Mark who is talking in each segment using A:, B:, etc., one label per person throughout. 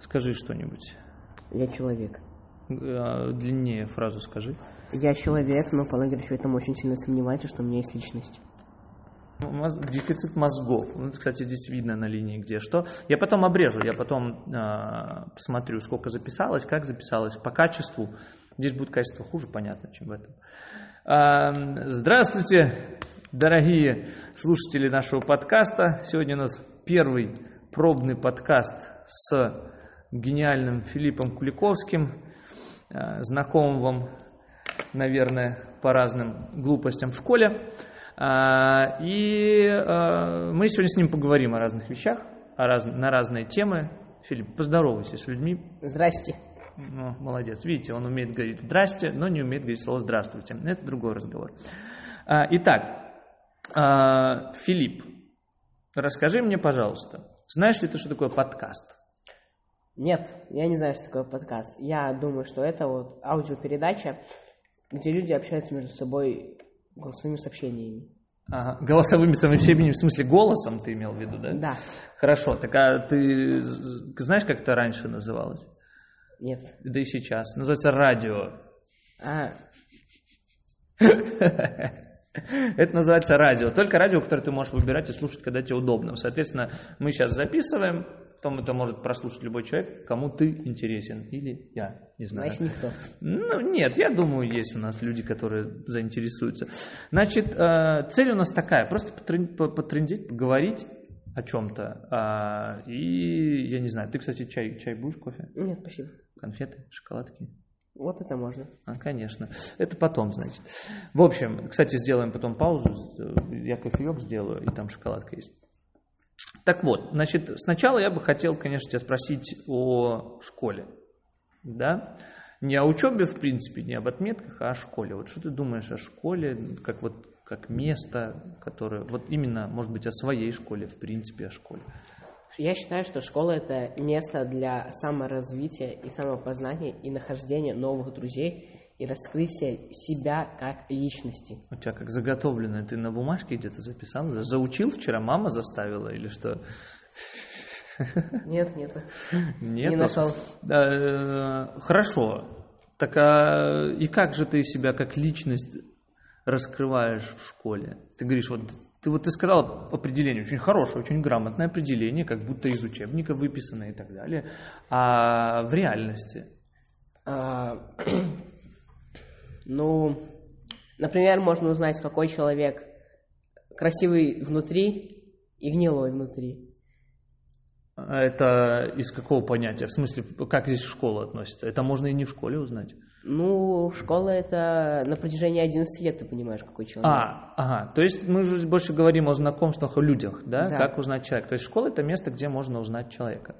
A: Скажи что-нибудь.
B: Я человек.
A: Э, Длиннее фразу скажи.
B: Я человек, но Павел Игоревич в этом очень сильно сомневается, что у меня есть личность.
A: Моз- Ну, Дефицит мозгов. Ну, это, кстати, здесь видно на линии, где что. Я потом обрежу, я потом э, посмотрю, сколько записалось, как записалось, по качеству. Здесь будет качество хуже, понятно, чем в этом. Эм, Здравствуйте, дорогие слушатели нашего подкаста. Сегодня у нас первый пробный подкаст с гениальным Филиппом Куликовским, э, знакомым вам наверное, по разным глупостям в школе. А, И э, мы сегодня с ним поговорим о разных вещах, о раз- на разные темы. Филипп, поздоровайся с людьми.
B: Здрасте.
A: Ну, молодец. Видите, он умеет говорить «здрасте», но не умеет говорить слово «здравствуйте». Это другой разговор. А, Итак, а, Филипп, расскажи мне, пожалуйста, знаешь ли ты, что такое подкаст?
B: Нет, я не знаю, что такое подкаст. Я думаю, что это вот аудиопередача, где люди общаются между собой голосовыми сообщениями.
A: Ага, Голосовыми сообщениями, в смысле голосом ты имел в виду, да?
B: Да.
A: Хорошо, так а ты з- знаешь, как это раньше называлось?
B: Нет.
A: Да и сейчас. Называется радио.
B: А,
A: Это называется радио. Только радио, которое ты можешь выбирать и слушать, когда тебе удобно. Соответственно, мы сейчас записываем, потом это может прослушать любой человек, кому ты интересен. Или я, не знаю.
B: значит, никто.
A: Ну, нет, я думаю, есть у нас люди, которые заинтересуются. Значит, э, цель у нас такая, просто потрын- по- потрындеть, поговорить о чем-то. А, И, я не знаю, ты, кстати, чай, чай будешь, кофе,
B: Нет, спасибо.
A: конфеты, шоколадки?
B: Вот это можно.
A: А, конечно. Это потом, значит. В общем, кстати, сделаем потом паузу. э, Я кофеек сделаю, и там шоколадка есть. Так вот, значит, сначала я бы хотел, конечно, тебя спросить о школе. Да? Не о учебе, в принципе, не об отметках, а о школе. Вот что ты думаешь о школе, как вот как место, которое... Вот именно, может быть, о своей школе, в принципе, о школе.
B: Я считаю, что школа это место для саморазвития и самопознания и нахождения новых друзей и раскрытия себя как личности.
A: У тебя как заготовленное, ты на бумажке где-то записал, за- заучил вчера, мама заставила или что?
B: Нет, нет.
A: Нет. э,
B: Не нашел.
A: Хорошо. Так а и как же ты себя как личность раскрываешь в школе? Ты говоришь, вот ты вот ты сказал определение, очень хорошее, очень грамотное определение, как будто из учебника выписано и так далее. А в реальности?
B: А, Ну, например, можно узнать, какой человек красивый внутри и гнилой внутри.
A: а, Это из какого понятия? В смысле, как здесь школа относится? Это можно и не в школе узнать.
B: Ну, школа это на протяжении 11 лет ты понимаешь, какой человек.
A: А, ага. То есть мы же больше говорим о знакомствах, о людях, да?
B: Да.
A: Как узнать человека. То есть школа это место, где можно узнать человека.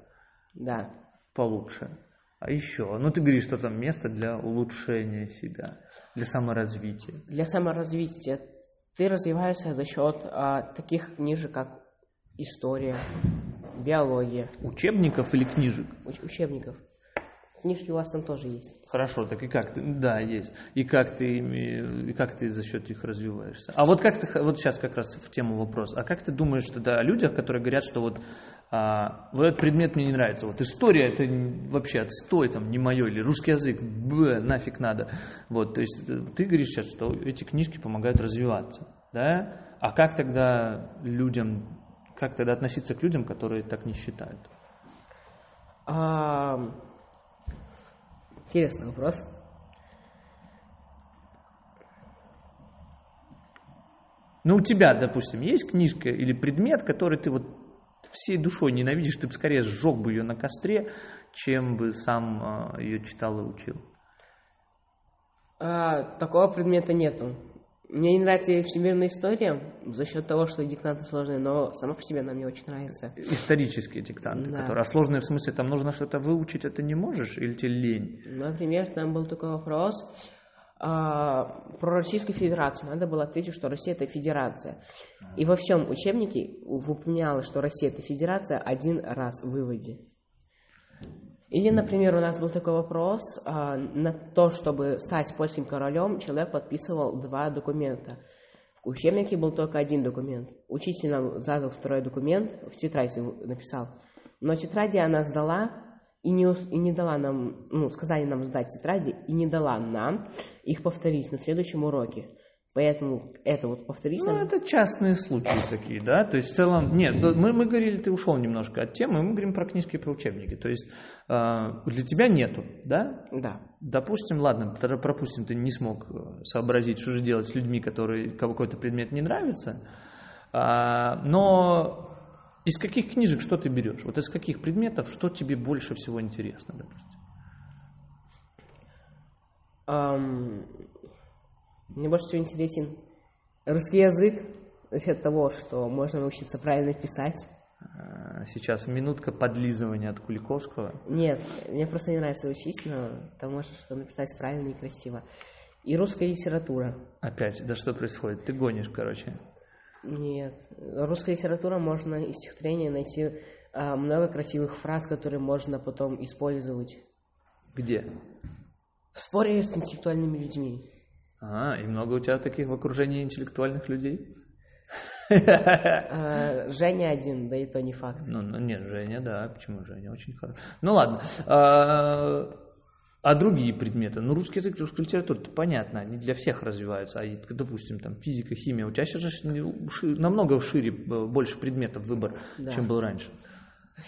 B: Да.
A: получше. А еще, ну ты говоришь, что там место для улучшения себя, для саморазвития.
B: Для саморазвития ты развиваешься за счет а, таких книжек, как история, биология,
A: Учебников или книжек?
B: уч- учебников. Книжки у вас там тоже есть.
A: Хорошо, так и как ты? Да, есть. И как ты ими, и как ты за счет их развиваешься? А вот как ты, х- вот сейчас как раз в тему вопрос. А как ты думаешь тогда о людях, которые говорят, что вот, а, вот этот предмет мне не нравится, вот история это н- вообще отстой, там, не мое, или русский язык, б, нафиг надо. Вот, то есть э, ты говоришь сейчас, что эти книжки помогают развиваться, да? А как тогда людям, как тогда относиться к людям, которые так не считают?
B: Ам, Интересный вопрос.
A: Ну, у тебя, допустим, есть книжка или предмет, который ты вот всей душой ненавидишь, ты бы скорее сжег бы ее на костре, чем бы сам ее читал и учил.
B: А, такого предмета нету. Мне не нравится всемирная история за счет того, что диктанты сложные, но сама по себе она мне очень нравится.
A: Исторические диктанты,
B: Да.
A: которые... А сложные в смысле, там нужно что-то выучить, а ты не можешь или тебе лень?
B: Например, там был такой вопрос а, про Российскую Федерацию. Надо было ответить, что Россия это федерация. И во всем учебнике у- упоминалось, что Россия это федерация один раз в выводе. Или, например, у нас был такой вопрос, а, на то, чтобы стать польским королем, человек подписывал два документа. В учебнике был только один документ. Учитель нам задал второй документ, в тетради написал. Но тетради она сдала, и не, ус- и не дала нам, ну, сказали нам сдать тетради, и не дала нам их повторить на следующем уроке. Поэтому это вот повторить
A: Ну,
B: нам-
A: это частные случаи такие, да. То есть в целом, нет, да, мы, мы говорили, ты ушел немножко от темы, мы говорим про книжки и про учебники. То есть э, для тебя нету, да?
B: Да.
A: Допустим, ладно, тр- пропустим, ты не смог э, сообразить, что же делать с людьми, которые кого какой-то предмет не нравится. А, но из каких книжек что ты берешь? Вот из каких предметов что тебе больше всего интересно, допустим?
B: Ам, мне больше всего интересен русский язык, за счет того, что можно научиться правильно писать.
A: А, Сейчас минутка подлизывания от Куликовского.
B: Нет, мне просто не нравится учить, но там можно что написать правильно и красиво. И русская литература.
A: Опять, да что происходит? Ты гонишь, короче.
B: Нет, русская литература можно из стихотворения найти а, много красивых фраз, которые можно потом использовать
A: Где?
B: в споре с интеллектуальными людьми.
A: А, и много у тебя таких в окружении интеллектуальных людей?
B: А, Женя один, да и то не факт.
A: Ну, ну, нет, Женя, да, почему Женя, очень хорошо. Ну, ладно. А, а другие предметы? Ну, русский язык, русская литература, это понятно, они для всех развиваются. А, и, допустим, там, физика, химия, у тебя сейчас же ши- ши- намного шире, э, больше предметов выбор,
B: Да.
A: чем был раньше.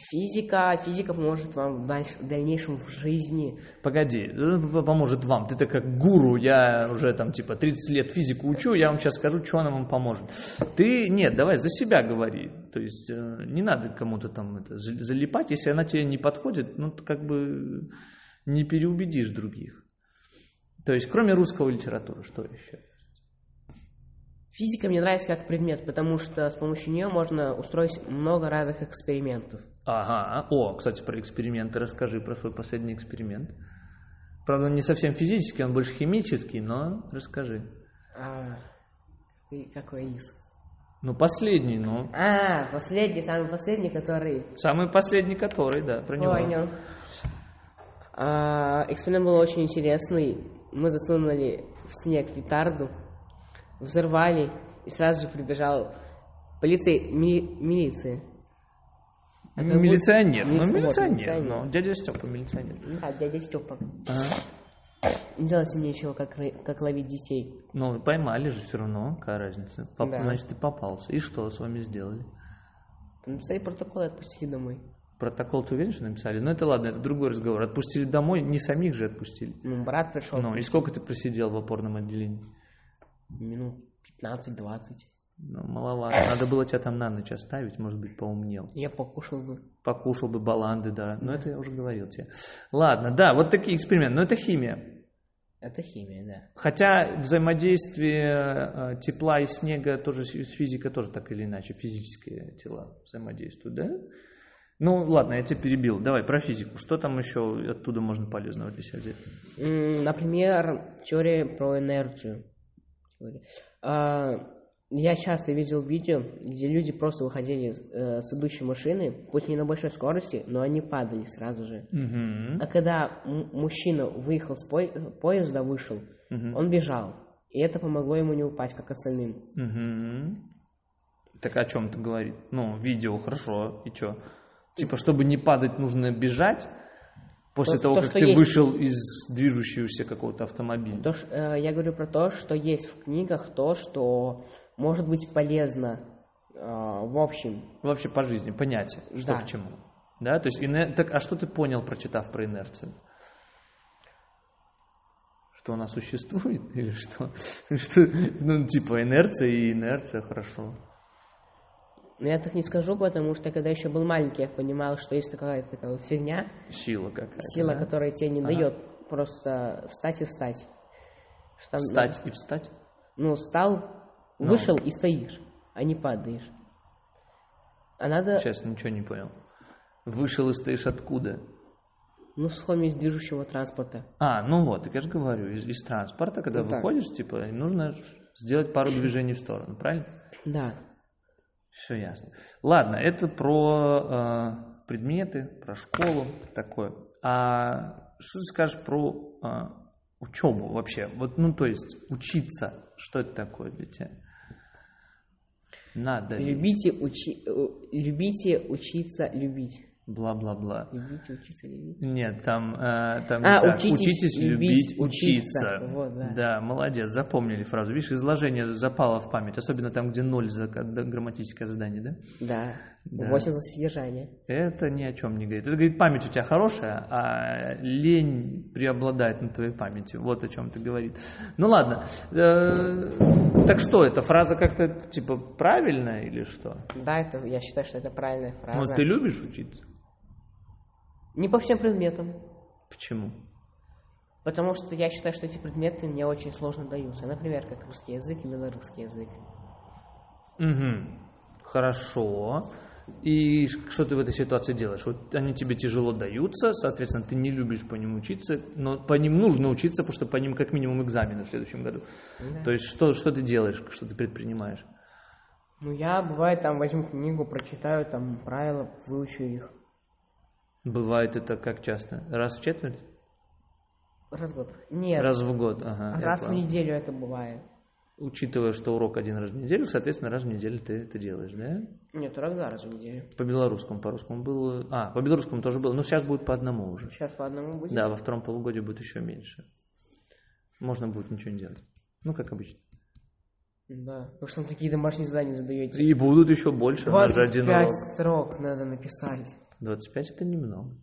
B: Физика, физика поможет вам в, дальш- в дальнейшем в жизни.
A: Погоди, э, п- поможет вам. Ты-то как гуру, я уже там типа 30 лет физику учу, я вам сейчас скажу, что она вам поможет. Ты, нет, давай за себя говори. То есть э, не надо кому-то там это за- залипать, если она тебе не подходит, ну ты как бы не переубедишь других. То есть кроме русского литературы, что еще?
B: Физика мне нравится как предмет, потому что с помощью нее можно устроить много разных экспериментов.
A: Ага, о, кстати, про эксперименты расскажи, про свой последний эксперимент. Правда, он не совсем физический, он больше химический, но расскажи.
B: А, и какой из?
A: Ну, последний, ну,
B: А, последний, самый последний, который
A: Самый последний, который, да, про него.
B: Понял. А, Эксперимент был очень интересный. Мы засунули в снег петарду, взорвали, и сразу же прибежал полиция, ми- милиция. А как
A: Ну, Милиционер.
B: будто-
A: Ну,
B: вот,
A: милиционер. Ну, дядя Степа милиционер.
B: Да, дядя Степа.
A: Ага.
B: Не делайте мне ничего, как, ры- как ловить детей.
A: Ну, поймали же все равно, какая разница. Поп-
B: Да.
A: Значит, ты попался. И что с вами сделали?
B: Написали протокол и отпустили домой.
A: Протокол ты уверен, что написали? Ну, это ладно, это другой разговор. Отпустили домой, не самих же отпустили.
B: Ну, брат пришел
A: Ну, и сколько ты просидел в опорном отделении?
B: минут 15-20.
A: Ну, маловато. Надо было тебя там на ночь оставить, может быть, поумнел.
B: Я покушал бы.
A: Покушал бы баланды, да. Но это я уже говорил тебе. Ладно, да, вот такие эксперименты. Но это химия.
B: Это химия, да.
A: Хотя взаимодействие э, тепла и снега тоже с- с физика тоже так или иначе физические тела взаимодействуют, да? Ну ладно, я тебя перебил. Давай про физику. Что там еще оттуда можно полезного для себя взять?
B: М, Например, теория про инерцию. Теория. А, Я часто видел видео, где люди просто выходили э, с идущей машины, пусть не на большой скорости, но они падали сразу же.
A: Мгм.
B: А когда м- мужчина выехал с пое- поезда, вышел,
A: Мгм.
B: он бежал. И это помогло ему не упасть, как остальным.
A: Мгм. Так о чем ты говорит? Ну, видео, хорошо, и что? Типа, чтобы не падать, нужно бежать после
B: То-
A: того,
B: то,
A: как
B: что
A: ты
B: есть.
A: вышел из движущегося какого-то автомобиля.
B: То, ш- э, я говорю про то, что есть в книгах, то, что может быть полезно э, в общем.
A: вообще по жизни понятие, что
B: Да.
A: к чему. Да, то есть, ине- так, а что ты понял, прочитав про инерцию? Что она существует или что? что? Ну, типа инерция и инерция, хорошо.
B: Но я так не скажу, потому что когда еще был маленький, я понимал, что есть такая, такая вот фигня,
A: Сила какая-то.
B: сила,
A: да?
B: которая тебе не
A: Ага.
B: дает просто встать и встать. Что там,
A: Встать и встать.
B: Ну, встал,
A: Ну.
B: вышел и стоишь, а не падаешь. А надо,
A: Сейчас ничего не понял. Вышел и стоишь откуда?
B: ну, с хоми из движущего транспорта.
A: А, ну вот, так я же говорю, из, из транспорта, когда
B: Ну да.
A: выходишь, типа, нужно сделать пару движений в сторону, правильно?
B: Да.
A: Все ясно. Ладно, это про э, предметы, про школу, такое. А что ты скажешь про э, учебу вообще? Вот, ну, то есть, учиться, что это такое для тебя? Надо ли?
B: Любите, учи... э, любите учиться любить.
A: бла-бла-бла.
B: Любите, учиться, любить.
A: Нет, там, э, там
B: А,
A: не так.
B: учитесь, любить,
A: любить, учиться.
B: учиться. Вот, да.
A: молодец, запомнили фразу. Видишь, изложение запало в память, особенно там, где ноль за за грамматическое задание, да?
B: Да.
A: Да.
B: Восемь за содержание.
A: Это ни о чем не говорит. Это говорит, память у тебя хорошая, а лень преобладает над твоей памятью. Вот о чем это говорит. Ну ладно. Э, Так что, эта фраза как-то типа правильная или что?
B: Да, это я считаю, что это правильная
A: Вот
B: фраза.
A: ты любишь учиться?
B: Не по всем предметам.
A: Почему?
B: Потому что я считаю, что эти предметы мне очень сложно даются. Например, как русский язык и белорусский язык.
A: Угу. Хорошо. И ш- что ты в этой ситуации делаешь? Вот они тебе тяжело даются, соответственно, ты не любишь по ним учиться, но по ним нужно учиться, потому что по ним как минимум экзамены в следующем году.
B: Да.
A: То есть что, что ты делаешь, что ты предпринимаешь?
B: Ну, я, бывает, там возьму книгу, прочитаю там правила, выучу их.
A: Бывает это как часто? Раз в четверть?
B: Раз в год. Нет, раз,
A: Раз в год, ага. я
B: в
A: понял.
B: неделю это бывает.
A: Учитывая, что урок один раз в неделю, соответственно, раз в неделю ты это делаешь, да?
B: Нет, раз два раза в неделю.
A: По белорусскому, по русскому было... А, по белорусскому тоже было, но сейчас будет по одному уже.
B: Сейчас по одному будет.
A: Да, во втором полугодии будет еще меньше. Можно будет ничего не делать. Ну, как обычно.
B: Да. Потому что там такие домашние задания задаете.
A: И будут еще больше, у нас же один
B: 25
A: урок.
B: строк надо написать.
A: 25 это немного.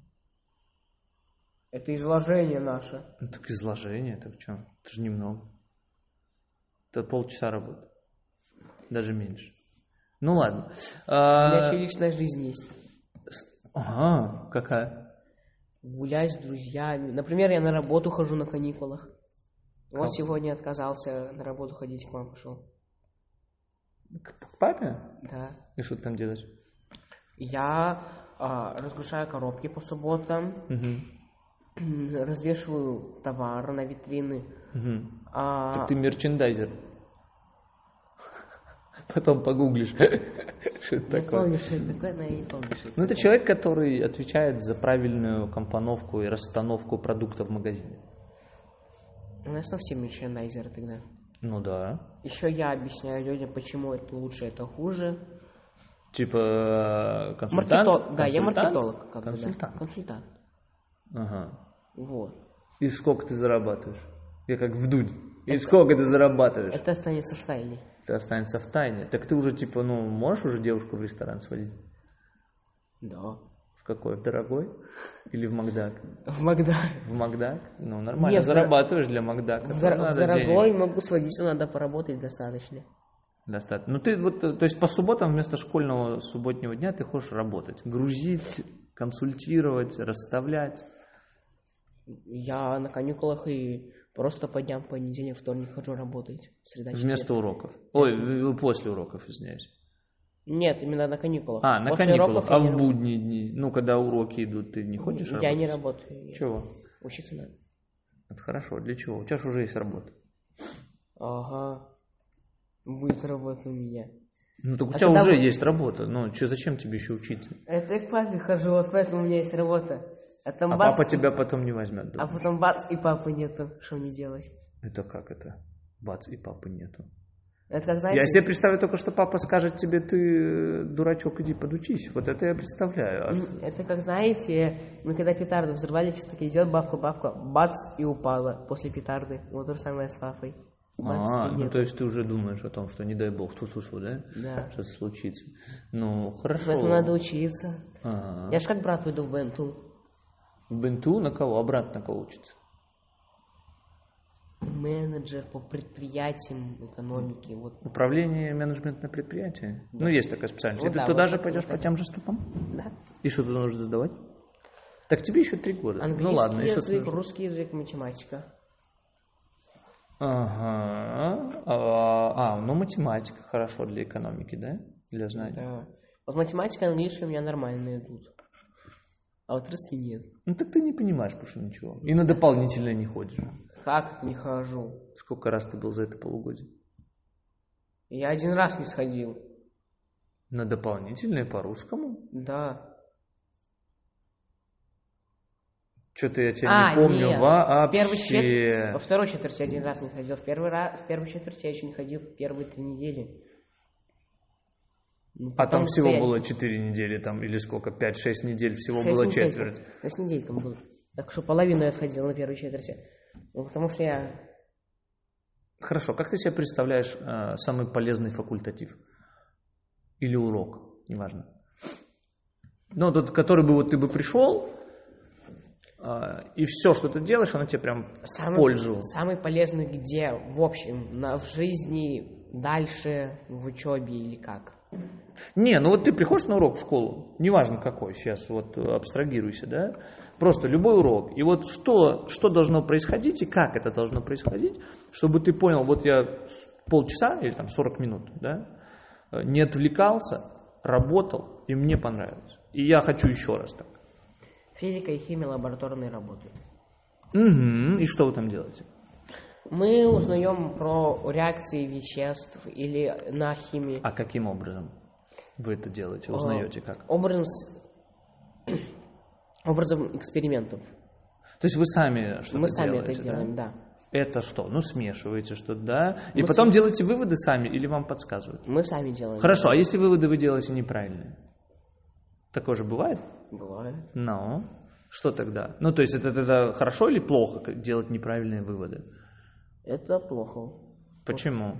B: Это изложение наше.
A: Ну, так изложение, так что? Это же немного. Это полчаса работы. Даже меньше. Ну, ладно.
B: У
A: А,
B: меня еще личная жизнь есть.
A: Ага, какая?
B: Гулять с друзьями. Например, я на работу хожу на каникулах. Вот
A: Как?
B: сегодня отказался на работу ходить, к вам пошел.
A: К, к папе?
B: Да.
A: И что ты там делаешь?
B: Я а, разгружаю коробки по субботам,
A: Мгм,
B: развешиваю товар на витрины.
A: мгм.
B: А,
A: Так ты мерчендайзер. Потом погуглишь. Что это
B: не
A: такое?
B: помню, что это такое, но ну, я не помню, что
A: Ну, это человек, который отвечает за правильную компоновку и расстановку продукта в магазине.
B: У нас совсем мерчендайзеры тогда.
A: Ну да.
B: Еще я объясняю людям, почему это лучше, это хуже.
A: Типа э, консультант.
B: Маркетолог. Да, я
A: консультант?
B: маркетолог. Как бы, да.
A: Консультант.
B: Консультант.
A: Ага.
B: Вот.
A: И сколько ты зарабатываешь? Я как вдуть. И сколько ты зарабатываешь?
B: Это останется в тайне.
A: Это останется в тайне. Так ты уже типа, ну, можешь уже девушку в ресторан сводить?
B: Да.
A: В какой? В дорогой? Или в Макдак?
B: В Магда.
A: В Макдак? Ну, нормально.
B: Нет, в дор-
A: Зарабатываешь для Макдака.
B: В,
A: Там
B: дор- в
A: надо
B: дорогой
A: денег.
B: могу сводить, но надо поработать достаточно.
A: Достаточно. Ну ты вот, э, то есть по субботам вместо школьного субботнего дня ты хочешь работать, грузить, консультировать, расставлять.
B: Я на каникулах и просто по дням понедельник, вторник хожу работать. Среда, четверг.
A: Вместо уроков. Ой, в- в- после уроков, извиняюсь.
B: Нет, именно на каникулах.
A: А, на
B: После
A: каникулах,
B: уроков я
A: а
B: не
A: в
B: работаю.
A: будние дни. Ну, когда уроки идут, ты не хочешь
B: Я
A: работать?
B: не работаю. я-
A: Чего?
B: Учиться надо.
A: Это хорошо. Для чего? У тебя же уже есть работа.
B: Ага. Будет работа у меня.
A: Ну, так у
B: А
A: тебя
B: когда
A: уже
B: вы-
A: есть работа. Ну, чё, зачем тебе еще учиться?
B: Это я к папе хожу, вот поэтому у меня есть работа. А там
A: А
B: бац,
A: папа тебя потом не возьмет.
B: а
A: дома.
B: потом бац, и папы нету. Что мне делать?
A: Это как это? Бац, и папы нету.
B: Это как, знаете...
A: Я себе представляю только, что папа скажет тебе, ты э, дурачок, иди подучись. Вот это я представляю. А
B: М, Это как, знаете, мы когда петарды взрывали, все-таки идет бабка-бабка, бац, и упала после петарды. Вот то же самое с папой. Бац,
A: А,
B: и
A: ну
B: нет.
A: то есть ты уже думаешь о том, что не дай бог, тут да?
B: Да.
A: Что-то случится. Ну, хорошо.
B: Поэтому надо учиться.
A: Ага.
B: Я ж как брат пойду в БНТУ.
A: В БНТУ на кого? А брат на кого учится?
B: Менеджер по предприятиям экономики. Вот.
A: Управление менеджментное предприятие. Ну, есть такая специальность.
B: Ну
A: И
B: да,
A: ты туда
B: вот
A: же
B: это
A: пойдешь
B: вот
A: по
B: это.
A: тем же стопам?
B: Да.
A: И что ты нужно сдавать? Так тебе еще три года.
B: Английский
A: ну ладно, и что ты
B: язык,
A: должен-
B: русский язык, математика.
A: Ага. А, а, ну математика хорошо для экономики, да? Для знаний.
B: Да. Вот математика и английский у меня нормально идут. А вот русский нет.
A: Ну так ты не понимаешь, потому что ничего. И на дополнительное не ходишь.
B: Как это не хожу?
A: Сколько раз ты был за это полугодие?
B: Я один раз не сходил.
A: На дополнительное по-русскому?
B: Да.
A: Что-то я тебя
B: А,
A: не помню
B: нет. В первый
A: вообще.
B: четверть, во второй четверти один раз не ходил, в первый раз, в первую четверть я еще не ходил первые три недели. Ну,
A: А там всего
B: стояли.
A: было 4 недели там, или сколько, 5-6 недель, всего
B: Шесть
A: было
B: недель
A: четверть.
B: было. Шесть недель там было. Так что половину я отходила на первой четверти. Ну, потому что я...
A: Хорошо, как ты себе представляешь э, самый полезный факультатив? Или урок, неважно. Ну, тот, который бы вот ты бы пришел, э, и все, что ты делаешь, оно тебе прям в пользу.
B: Самый полезный где? В общем, на, в жизни, дальше, в учебе или как?
A: Не, ну вот ты приходишь на урок в школу, неважно какой, сейчас вот э, абстрагируйся, да, просто любой урок, и вот что, что должно происходить и как это должно происходить, чтобы ты понял, вот я с- полчаса или там 40 минут, да, э, не отвлекался, работал, и мне понравилось. И я хочу еще раз так.
B: Физика и химия лабораторные работы.
A: Мгм, и что вы там делаете?
B: Мы узнаем про реакции веществ или на химии.
A: А каким образом вы это
B: А,
A: делаете, узнаете как?
B: Образом, с- образом экспериментов.
A: То есть вы сами что-то
B: Мы сами это
A: делаете, да?
B: делаем, да?
A: Это что? Ну, смешиваете что-то, да? И
B: Мы
A: потом делаете выводы сами или вам подсказывают?
B: Мы сами делаем.
A: Хорошо, а если выводы вы делаете неправильные? Такое же бывает?
B: Бывает.
A: Ну, что тогда? Ну, то есть это, тогда хорошо или плохо как делать неправильные выводы?
B: Это плохо.
A: Почему?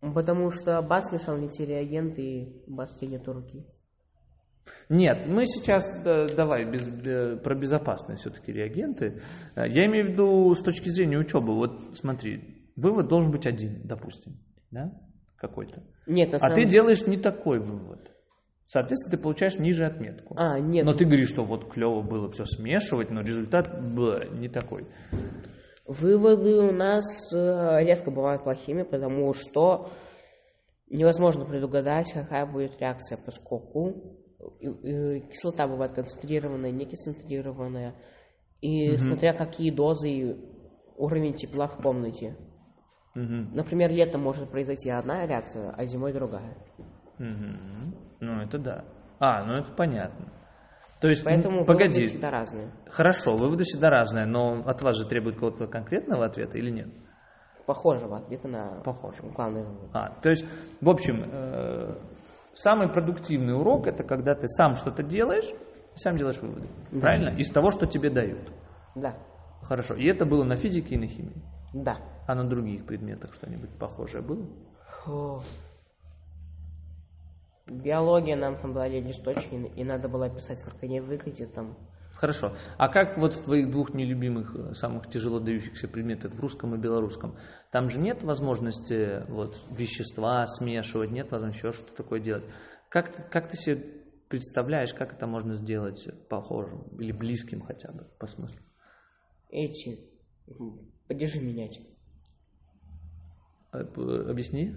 B: Потому что бас мешал нести реагент, и бас тебе нету руки.
A: Нет, мы сейчас, да, давай, без- бе- про безопасные все-таки реагенты. Э, Я имею в виду с точки зрения учебы. Вот смотри, вывод должен быть один, допустим, да, какой-то.
B: Нет, на
A: А
B: самом
A: ты делаешь не такой вывод. Соответственно, ты получаешь ниже отметку.
B: А, нет.
A: Но ты говоришь, что вот клево было все смешивать, но результат б, не такой.
B: Выводы у нас э, редко бывают плохими, потому что невозможно предугадать, какая будет реакция, поскольку э, э, кислота бывает концентрированная, неконцентрированная, и смотря какие дозы и уровень тепла в комнате.
A: Мгм.
B: Например, летом может произойти одна реакция, а зимой другая.
A: Мгм. Ну, это да. А, ну это понятно. То есть,
B: Поэтому
A: м, погоди,
B: выводы всегда разные.
A: хорошо, выводы всегда разные, но от вас же требует какого-то конкретного ответа или нет?
B: Похожего ответа на
A: Похожего.
B: главный вывод.
A: А, то есть, в общем, э, самый продуктивный урок это когда ты сам что-то делаешь, и сам делаешь выводы.
B: Да.
A: Правильно? Из того, что тебе дают.
B: Да,
A: Хорошо. И это было на физике и на химии.
B: да.
A: А на других предметах что-нибудь похожее было?
B: Фу. Биология нам там дали листочки, и надо было описать, как они выглядят там.
A: Хорошо. А как вот в твоих двух нелюбимых, э, самых тяжело дающихся предметах, в русском и белорусском, там же нет возможности э, вот, вещества смешивать, нет возможности еще что-то такое делать. Как, ты- как ты себе представляешь, как это можно сделать похожим или близким хотя бы по смыслу?
B: Эти. м, Подержи менять.
A: Э, п- Объясни.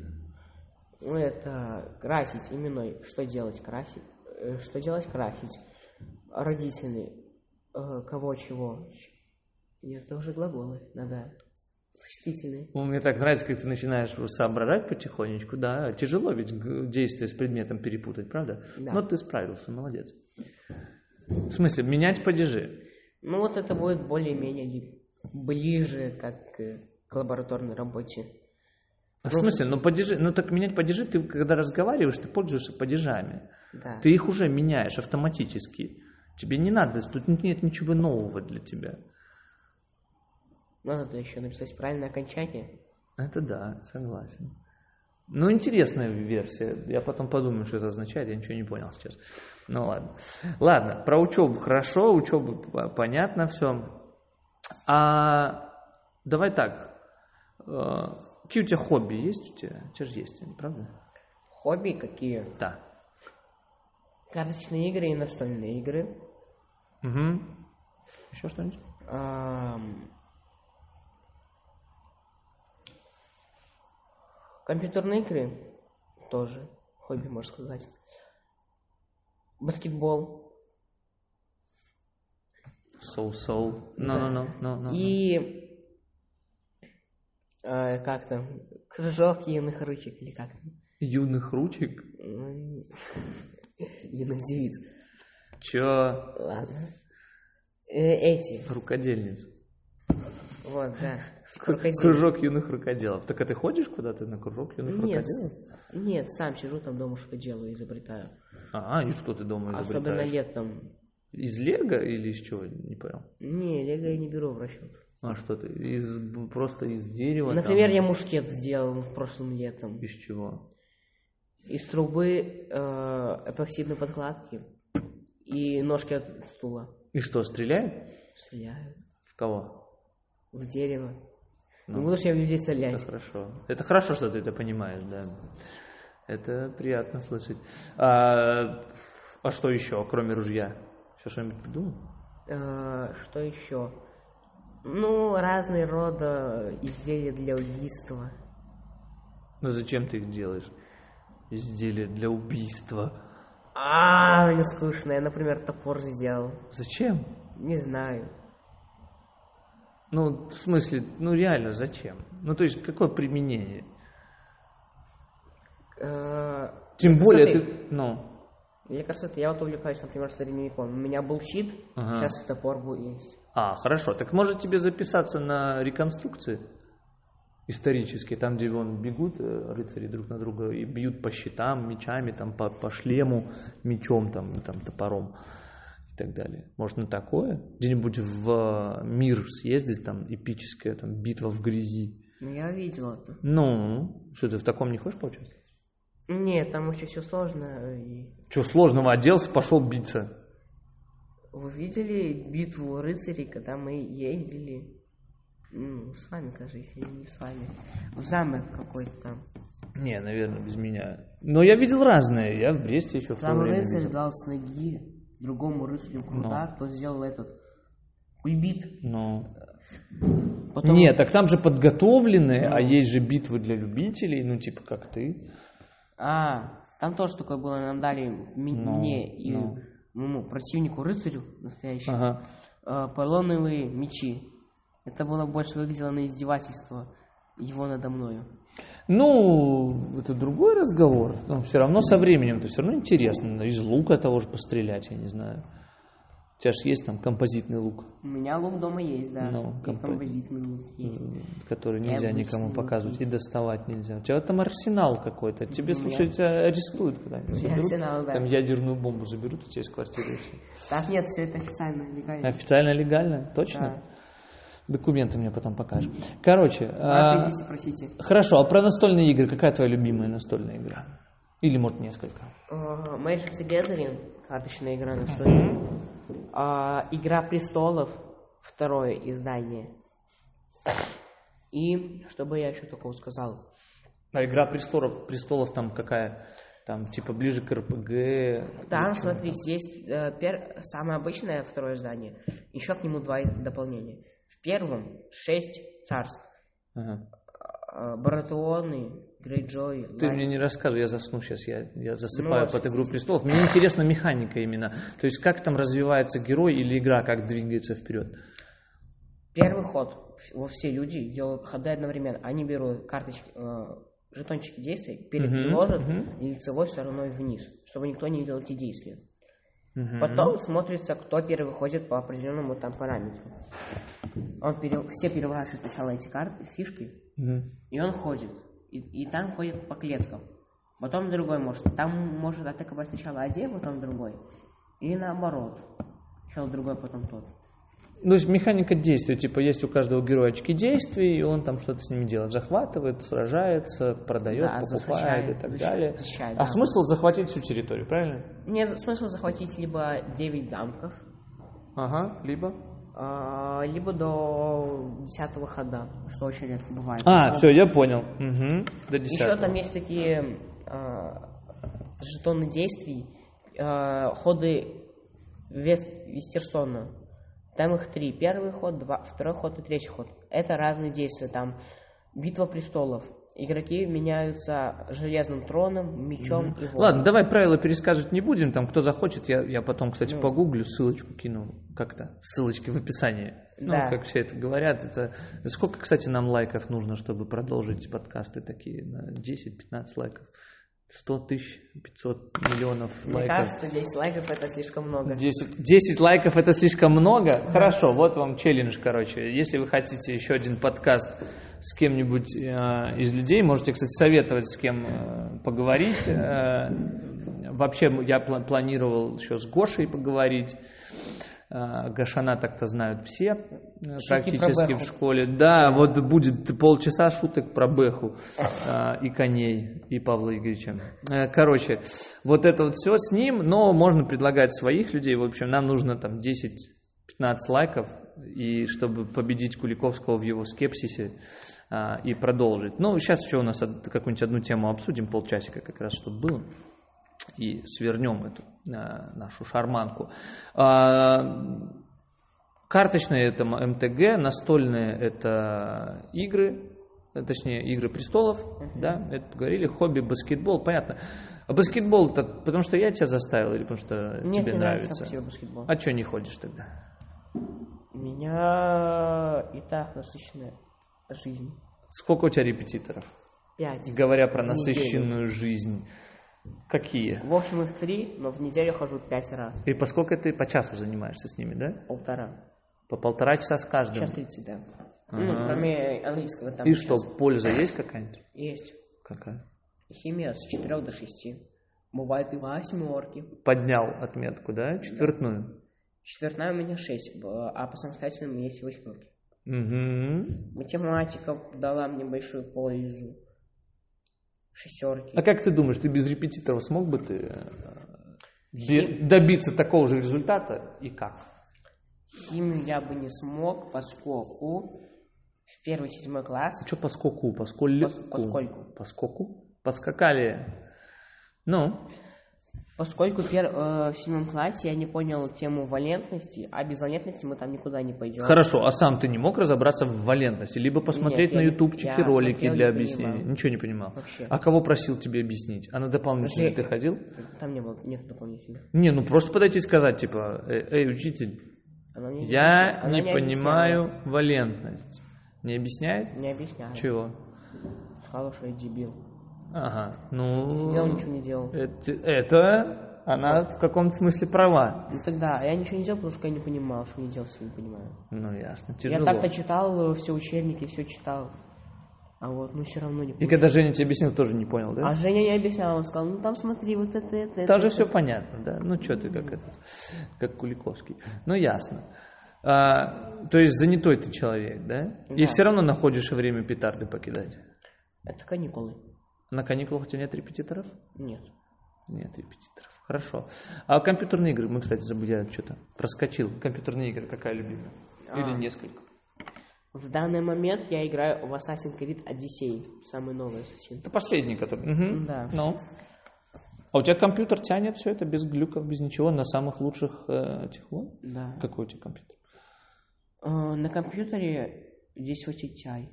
B: Ну, это красить именной. Что делать? Красить. Э, Что делать? Красить. Родительный. Э, Кого чего? Нет, это уже глаголы. Надо. Существительные.
A: Ну, Мне так нравится, как ты начинаешь вот соображать потихонечку. Да, тяжело ведь г- действие с предметом перепутать, правда?
B: Да.
A: Но ты справился, молодец. В смысле, менять падежи.
B: Ну вот это будет более-менее ли- ближе как э, к лабораторной работе.
A: В смысле, ну падежи, ну так менять падежи, ты когда разговариваешь, ты пользуешься падежами.
B: Да.
A: Ты их уже меняешь автоматически. Тебе не надо, тут нет ничего нового для тебя.
B: Ну, Надо еще написать правильное окончание.
A: Это да, согласен. Ну, интересная версия. Я потом подумаю, что это означает. Я ничего не понял сейчас. Ну, ладно. Ладно, про учебу хорошо, учебу п- понятно все. А давай так. Э, Какие у тебя хобби есть у тебя? У тебя же есть, они, правда?
B: Хобби какие?
A: Да.
B: Карточные игры и настольные игры.
A: Угу. Еще что-нибудь?
B: Ам, Компьютерные игры тоже хобби, можно сказать. Баскетбол.
A: Соу-соу. Ну-ну-ну. ну-ну-ну.
B: И э, как там? Кружок юных ручек или как?
A: Юных ручек?
B: М, Юных девиц.
A: Че?
B: Ладно. Э, Эти.
A: Рукодельниц.
B: Вот, да. Крокодил.
A: Кружок юных рукоделов. Так а ты ходишь куда-то на кружок юных
B: Нет,
A: рукоделов?
B: нет, сам сижу там дома что-то делаю, изобретаю.
A: А, и что ты дома
B: Особенно
A: изобретаешь?
B: летом.
A: Из лего или из чего? Не понял.
B: Не, лего я не беру в расчет.
A: А что ты? Из, просто из дерева? там?
B: Например, я мушкет сделал в прошлом летом.
A: Из чего?
B: Из трубы э, эпоксидной подкладки и ножки от стула.
A: И что, стреляет?
B: Стреляю
A: В кого?
B: в дерево.
A: Ну.
B: Не буду ж я в людей
A: Это
B: стрелять.
A: хорошо. Это хорошо, что ты это понимаешь, да. Это приятно слышать. А, а что еще, кроме ружья? Еще что-нибудь придумал?
B: Э, что еще? Ну, разные рода изделия для убийства.
A: Ну зачем ты их делаешь? Изделия для убийства.
B: А, мне скучно. Я, например, топор сделал.
A: Зачем?
B: Не знаю.
A: Ну, в смысле, ну реально зачем? Ну, то есть, какое применение?
B: Э,
A: Тем
B: ну,
A: более,
B: смотри,
A: ты... Ну,
B: Мне кажется, это я вот увлекаюсь, например, средневеком. У меня был щит,
A: Ага.
B: сейчас топор будет есть.
A: а, хорошо. Так может тебе записаться на реконструкции исторические, там, где вон бегут э, рыцари друг на друга и бьют по щитам, мечами, там, по, по шлему, мечом, там, и там, топором и так далее. Может, на такое? Где-нибудь в э, мир съездить, там, эпическая, там, битва в грязи.
B: Ну, я видел это.
A: Ну, что, ты в таком не хочешь поучаствовать?
B: Нет, там очень все сложно. э, И...
A: Чего сложного оделся, пошел биться.
B: Вы видели битву рыцарей, когда мы ездили? Ну, с вами, кажется, или не с вами. В замок какой-то там.
A: Не, наверное, без меня. Но я видел разные. Я в Бресте еще в свое
B: Там
A: время
B: рыцарь
A: видел.
B: дал с ноги другому рыцарю крута, тот сделал этот кульбит.
A: Ну.
B: Потом Ну.
A: Не, так там же подготовленные, а есть же битвы для любителей, ну, типа, как ты.
B: А, там тоже такое было, нам дали ми-
A: Ну,
B: мне и
A: ну.
B: моему противнику рыцарю настоящему
A: Ага. А.
B: э, полоновые мечи. Это было больше выглядело на издевательство его надо мною.
A: Ну, это другой разговор. Но все равно со временем это все равно интересно. Из лука того же пострелять, я не знаю. У тебя же есть там композитный лук,
B: У меня лук дома есть, да.
A: Ну, Э.
B: и
A: компо-
B: композитный лук есть.
A: который
B: Я
A: нельзя
B: бы с
A: никому
B: ним
A: показывать и
B: есть.
A: доставать нельзя. У тебя там арсенал какой-то. Тебе,
B: У меня-
A: слушай, тебя арестуют когда-нибудь.
B: меня
A: заберут,
B: Ну, арсенал, да.
A: Там ядерную бомбу заберут у тебя из квартиры. и всё.
B: Так, нет, все это официально легально.
A: Официально легально, точно? Документы мне потом покажешь. Короче, а,
B: Ладно, идите, просите.
A: хорошо, а про настольные игры, какая твоя любимая настольная игра? Или, может, несколько?
B: Э, Magic the Gathering, карточная игра на столе. А, Игра престолов, второе издание. И что бы я еще такого сказал?
A: А игра престолов, престолов там какая? Там, типа, ближе к РПГ.
B: Там, смотрите, есть э, пер- самое обычное второе издание. Еще к нему два дополнения. В первом шесть царств.
A: Ага.
B: Э, Баратеоны, Грейджои,
A: Ты
B: Лань-
A: мне не рассказывай, я засну сейчас, я, я засыпаю
B: Ну,
A: под игру престолов. Мне интересна механика именно. То есть, как там развивается герой или игра, как двигается вперед.
B: Первый ход. Ф- Во все люди делают ходы одновременно. Они берут карточки, э, жетончики действий, переложат и лицевой стороной вниз, чтобы никто не видел эти действия.
A: Мгм.
B: Потом смотрится, кто первый выходит по определенному там параметру. Он пере- Все переворачивают сначала эти карты, фишки,
A: Мгм.
B: и он ходит. И, и там ходит по клеткам. Потом другой может. Там может атаковать сначала один, потом другой. И наоборот. Сначала другой, потом тот.
A: Ну, то есть механика действия, типа есть у каждого героя очки действий, и он там что-то с ними делает, захватывает, сражается, продает,
B: Да,
A: покупает
B: защищает,
A: и так
B: защищает,
A: далее.
B: защищает,
A: а
B: да.
A: смысл захватить всю территорию, правильно?
B: Мне смысл захватить либо 9 замков,
A: Ага, либо.
B: а, либо до 10 хода, что очень редко бывает.
A: А, все, я понял. Мгм. До
B: Еще
A: десятого.
B: там есть такие а, жетоны действий, а, ходы Вес- Вестерсона. Там их три. Первый ход, два, второй ход и третий ход. Это разные действия. Там битва престолов. Игроки меняются железным троном, мечом и воином.
A: Ладно, давай правила пересказывать не будем. Там кто захочет, я, я потом,
B: Ну.
A: кстати, погуглю, ссылочку кину. Как-то ссылочки в описании. Ну,
B: Да.
A: как все это говорят. Это... Сколько, кстати, нам лайков нужно, чтобы продолжить подкасты такие? На 10-15 лайков. 100 тысяч 500 миллионов
B: Мне
A: лайков.
B: кажется, 10 лайков это слишком много.
A: 10, 10 лайков это слишком много. Хорошо, вот вам челлендж, короче. Если вы хотите еще один подкаст с кем-нибудь э, из людей, можете, кстати, советовать с кем э, поговорить. Э, вообще, м- я пла- планировал еще с Гошей поговорить. Э, Гошана так-то знают все э, практически
C: про
A: в
C: Бэху.
A: школе. Да, вот будет полчаса шуток про Бэху э, и коней, и Павла Игоревича. Э, Короче, вот это вот все с ним, но можно предлагать своих людей. В общем, нам нужно там 10-15 лайков, и чтобы победить Куликовского в его скепсисе э, и продолжить. Ну, сейчас еще у нас од- какую-нибудь одну тему обсудим, полчасика как раз, чтобы было и свернем эту э, нашу шарманку. А, Карточные это м- МТГ, настольные это игры, э, точнее игры престолов, да, это поговорили, хобби баскетбол, понятно. А баскетбол это потому что я тебя заставил или потому что
B: Мне
A: тебе
B: не
A: нравится?
B: красиво баскетбол.
A: А что не ходишь тогда?
B: У меня и так насыщенная жизнь.
A: Сколько у тебя репетиторов?
B: Пять.
A: Говоря про
B: В неделю.
A: насыщенную жизнь, какие?
B: В общем их три, но в неделю хожу пять раз.
A: И поскольку ты по часу занимаешься с ними, да?
B: Полтора.
A: По полтора часа с каждым.
B: Сейчас 30, да. Ну,
A: Ага.
B: кроме английского там.
A: И
B: сейчас
A: что, польза есть какая-нибудь?
B: Есть.
A: Какая?
B: Химия с 4 до 6. Бывает и восьмерки.
A: Поднял отметку, да? Четвертную.
B: Четвертная у меня 6, а по самостоятельному есть восьмерки.
A: Мгм.
B: Математика дала мне большую пользу. Шестерки.
A: А как ты думаешь, ты без репетиторов смог бы ты э, де- добиться такого же результата и как?
B: Химию я бы не смог, поскольку в первый седьмой класс
A: Что по скоку? По скольку?
B: Пос- поскольку.
A: По скоку? Поскакали. Ну,
B: Поскольку пер- э, в седьмом классе я не понял тему валентности, а без валентности мы там никуда не пойдем.
A: хорошо, а сам ты не мог разобраться в валентности? Либо посмотреть
B: Нет,
A: на
B: я-
A: ютубчики
B: я
A: ролики
B: смотрел,
A: для
B: не
A: объяснения?
B: понимал.
A: Ничего не понимал.
B: Вообще.
A: А кого просил тебе объяснить? А на дополнительные ты
B: Подожди.
A: ходил?
B: Там не было, нет дополнительных.
A: Не, ну просто подойти и сказать, типа, «Э, эй, учитель,
B: Она мне
A: Я
B: объясняла. Она
A: не
B: мне
A: понимаю валентность. Не объясняет?
B: объясняла. Не объясняю.
A: Чего?
B: Сказала, что я дебил.
A: Ага,
B: Сидел,
A: ну...
B: ничего не делал.
A: Это, это она в каком-то смысле права.
B: Ну тогда, я ничего не делал, потому что я не понимал, что не делал, что не понимаю.
A: Ну, ясно, тяжело.
B: Я так-то читал э, все учебники, все читал. А вот, ну все равно не
A: И
B: понимаю.
A: когда Женя тебе объяснил, тоже не понял, да?
B: А Женя не объяснял, он сказал, ну там смотри, вот это, это, это.
A: Там же все понятно, да? Ну, что ты как этот, как Куликовский. Ну, ясно. А, то есть занятой ты человек, да? И
B: Да.
A: все равно находишь время петарды покидать.
B: Это каникулы.
A: На каникулах у тебя нет репетиторов?
B: Нет.
A: Нет репетиторов. Хорошо. А компьютерные игры? Мы, кстати, забыли, я что-то проскочил. Компьютерные игры какая любимая? Или
B: А.
A: несколько?
B: В данный момент я играю в Assassin's Creed Odyssey, самый новый Assassin.
A: Это последний, который... Мгм.
B: Да.
A: Ну. А у тебя компьютер тянет все это без глюков, без ничего, на самых лучших э, этих вон?
B: Да.
A: Какой у тебя компьютер?
B: Э, на компьютере 1080 Ti.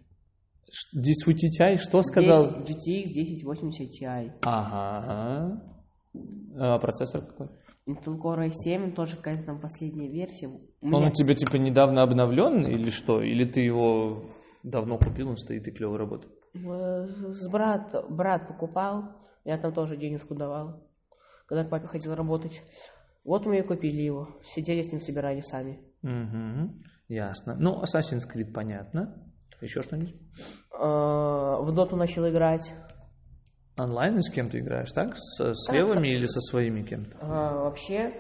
A: Ш- Дисфутитяй, что сказал?
B: Здесь GTX 1080 Ti.
A: Ага. А процессор какой?
B: Intel Core i7, тоже какая-то там последняя версия. У
A: Он
B: меня-
A: у тебя типа недавно обновлен или что? Или ты его давно купил, он стоит и клево работает?
B: Э, С брат, брат покупал, я там тоже денежку давал, когда к папе ходил работать. Вот мы и купили его, сидели с ним, собирали сами.
A: Угу, ясно. Ну, Assassin's Creed, понятно. Еще что-нибудь?
B: Э, В доту начал играть,
A: Онлайн и с кем ты играешь, так? С, с левыми или со своими кем-то?
B: Э, вообще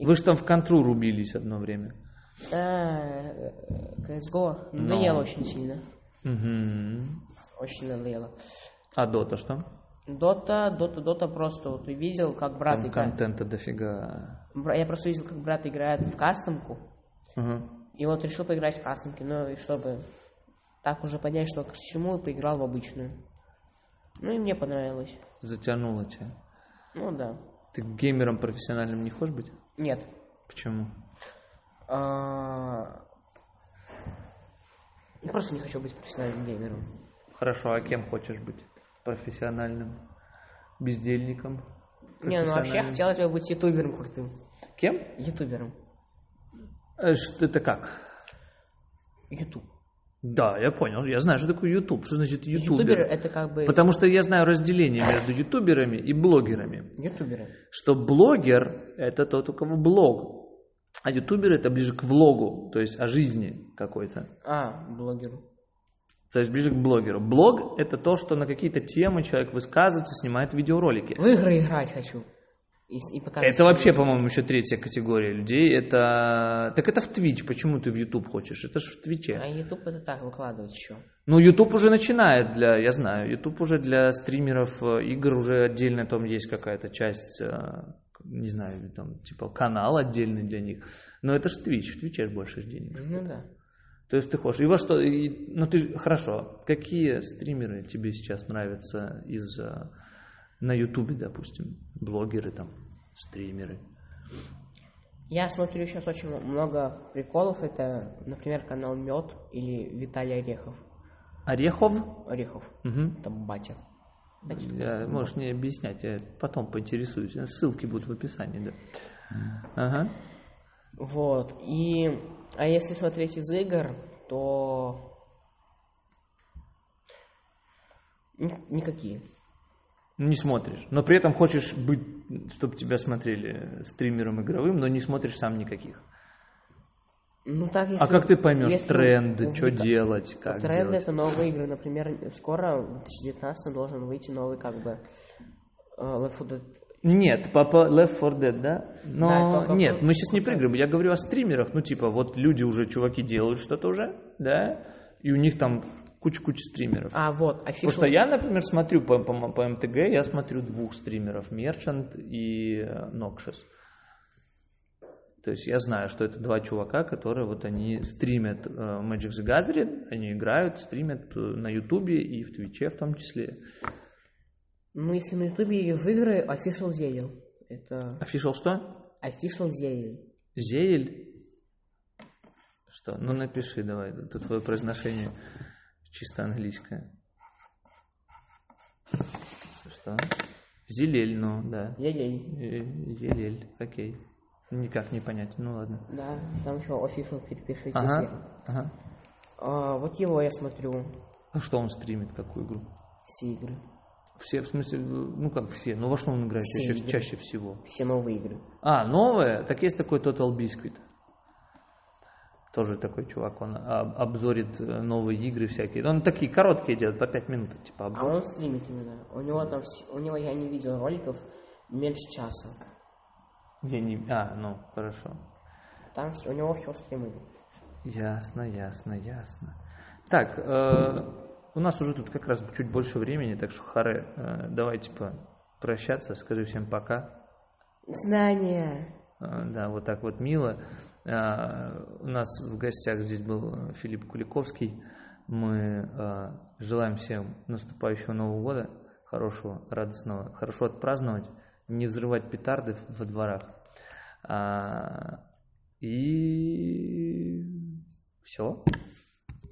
A: Вы же там в контру рубились одно время.
B: э, CSGO
A: Но.
B: надоело очень сильно,
A: Угу.
B: очень надоело.
A: А Дота что?
B: Дота, Дота, Дота просто, вот увидел, как брат
A: Там
B: играет.
A: контента дофига.
B: Бра- Я просто увидел, как брат играет в кастомку,
A: Мгм.
B: и вот решил поиграть в кастомки, ну и чтобы так уже понять, что к чему, и поиграл в обычную. Ну и мне понравилось.
A: Затянуло тебя.
B: Ну да.
A: Ты геймером профессиональным не хочешь быть?
B: Нет.
A: Почему?
B: А, Я просто не хочу быть профессиональным геймером.
A: Хорошо, а кем хочешь быть? Профессиональным? Бездельником?
B: Не, ну вообще
A: Профессиональным?
B: хотелось бы быть ютубером крутым.
A: Кем?
B: Ютубером.
A: Э, ш- Это как?
B: Ютуб.
A: Да, я понял. Я знаю, что такое YouTube. Что значит
B: Ютуберы
A: ютубер?
B: это как бы
A: Потому что я знаю разделение между ютуберами и блогерами.
B: ютуберы.
A: Что блогер – это тот, у кого блог. А ютубер – это ближе к влогу, то есть о жизни какой-то.
B: А, блогеры.
A: То есть ближе к блогеру. Блог – это то, что на какие-то темы человек высказывается, снимает видеоролики.
B: В игры играть хочу. И, с- и пока
A: Это вообще, по-моему, еще третья категория людей. Это так это в Twitch. Почему ты в YouTube хочешь? Это же в
B: А
A: Твиче.
B: Ютуб это так выкладывать еще.
A: Ну, YouTube уже начинает для, я знаю, YouTube уже для стримеров э, игр уже отдельно там есть какая-то часть, э, не знаю, там типа канал отдельный для них. Но это же Twitch, в Твиче ж больше ж денег.
B: Ну да.
A: То есть ты хочешь. И во что? и- ну ты хорошо. Какие стримеры тебе сейчас нравятся из э, на Ютубе, допустим, блогеры там, стримеры?
B: Я смотрю сейчас очень много приколов. Это, например, канал Мед или Виталий Орехов.
A: Орехов?
B: Орехов.
A: Мгм.
B: Там батя.
A: Я, можешь не объяснять, я потом поинтересуюсь. Ссылки будут в описании, да. Ага.
B: Вот. И а если смотреть из игр, то ни- никакие.
A: Ну, Не смотришь. Но при этом хочешь быть, чтобы тебя смотрели стримером игровым, но не смотришь сам никаких.
B: Ну так.
A: А
B: если-
A: как ты поймешь
B: если
A: тренды,
B: в
A: что
B: Вита-
A: делать, как
B: Тренды
A: делать?
B: это новые игры. Например, скоро в 2019 должен выйти новый как бы э, Left 4 Dead.
A: Нет, папа Left 4 Dead, да?
B: Да,
A: Но
B: только
A: нет,
B: про-
A: мы сейчас не прыгаем. Я говорю о стримерах. Ну, типа, вот люди уже, чуваки, делают что-то уже, да? И у них там куча-куча стримеров.
B: А вот,
A: Потому
B: офишал.
A: что я, например, смотрю по, по- по МТГ, я смотрю двух стримеров, Merchant и Нокшес. То есть я знаю, что это два чувака, которые вот они стримят э, Magic the Gathering, они играют, стримят э, на Ютубе и в Твиче в том числе.
B: Ну если на Ютубе в игры офишал Зелил. Это
A: Офишел что?
B: офишал Зелил.
A: Зель? Что? Ну напиши давай, это твое произношение чисто английское. Что? Зелель, ну да.
B: Зелил.
A: Э, Елель, окей. Никак не понять, ну ладно.
B: Да, там еще офишал перепишите. если-
A: Ага, ага.
B: А, вот его я смотрю.
A: А что он стримит, какую игру?
B: Все игры.
A: Все, в смысле, ну как все, ну во что он играет
B: Все
A: чаще,
B: игры.
A: чаще всего?
B: Все новые игры.
A: А, новое, так есть такой Total Biscuit. Тоже такой чувак, он а, обзорит э, новые игры всякие. Он такие короткие делает, по 5 минут, типа
B: А
A: обзор.
B: он стримит именно. У него там вс- у него я не видел роликов меньше часа.
A: Я не... А, ну, хорошо.
B: Там вс- у него все стримы.
A: Ясно, ясно, ясно. Так, э, у нас уже тут как раз чуть больше времени, так что, Харе, э, давай, типа, прощаться, скажи всем пока.
B: Знания.
A: Э, да, вот так вот мило. Э, у нас в гостях здесь был э, Филипп Куликовский. Мы э, желаем всем наступающего Нового года, хорошего, радостного, хорошо отпраздновать, не взрывать петарды в- во дворах. Э, А, и все.